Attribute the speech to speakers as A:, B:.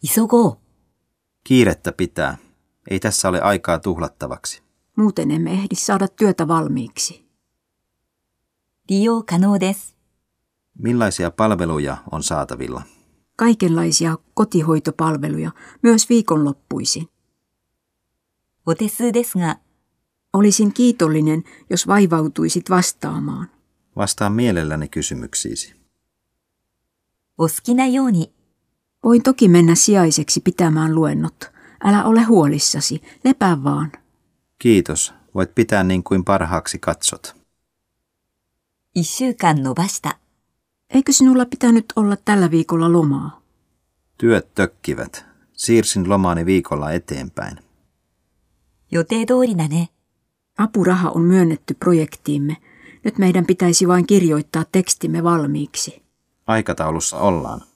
A: 急go!
B: Kiirettä pitää. Ei tässä ole aikaa tuhlattavaksi.
C: Muuten emme ehdi saada työtä valmiiksi.
A: 利用可能です。
B: Millaisia palveluja on saatavilla?
C: Kaikenlaisia kotihoitopalveluja, myös viikonloppuisin.
A: お手数ですが、
C: Olisin kiitollinen, jos vaivautuisit vastaamaan.
B: Vastaan mielelläni kysymyksiisi.
A: o好きなように、
C: Voin toki mennä sijaiseksi pitämään luennot. Älä ole huolissasi, lepää vaan.
B: Kiitos. Voit pitää niin kuin parhaaksi katsot.
A: 一週間伸ばした。
C: Eikö sinulla pitänyt olla tällä viikolla lomaa?
B: Työt tökkivät. Siirsin lomaani viikolla eteenpäin.
A: 予定通りだね。
C: Apuraha on myönnetty projektiimme. Nyt meidän pitäisi vain kirjoittaa tekstimme valmiiksi.
B: Aikataulussa ollaan.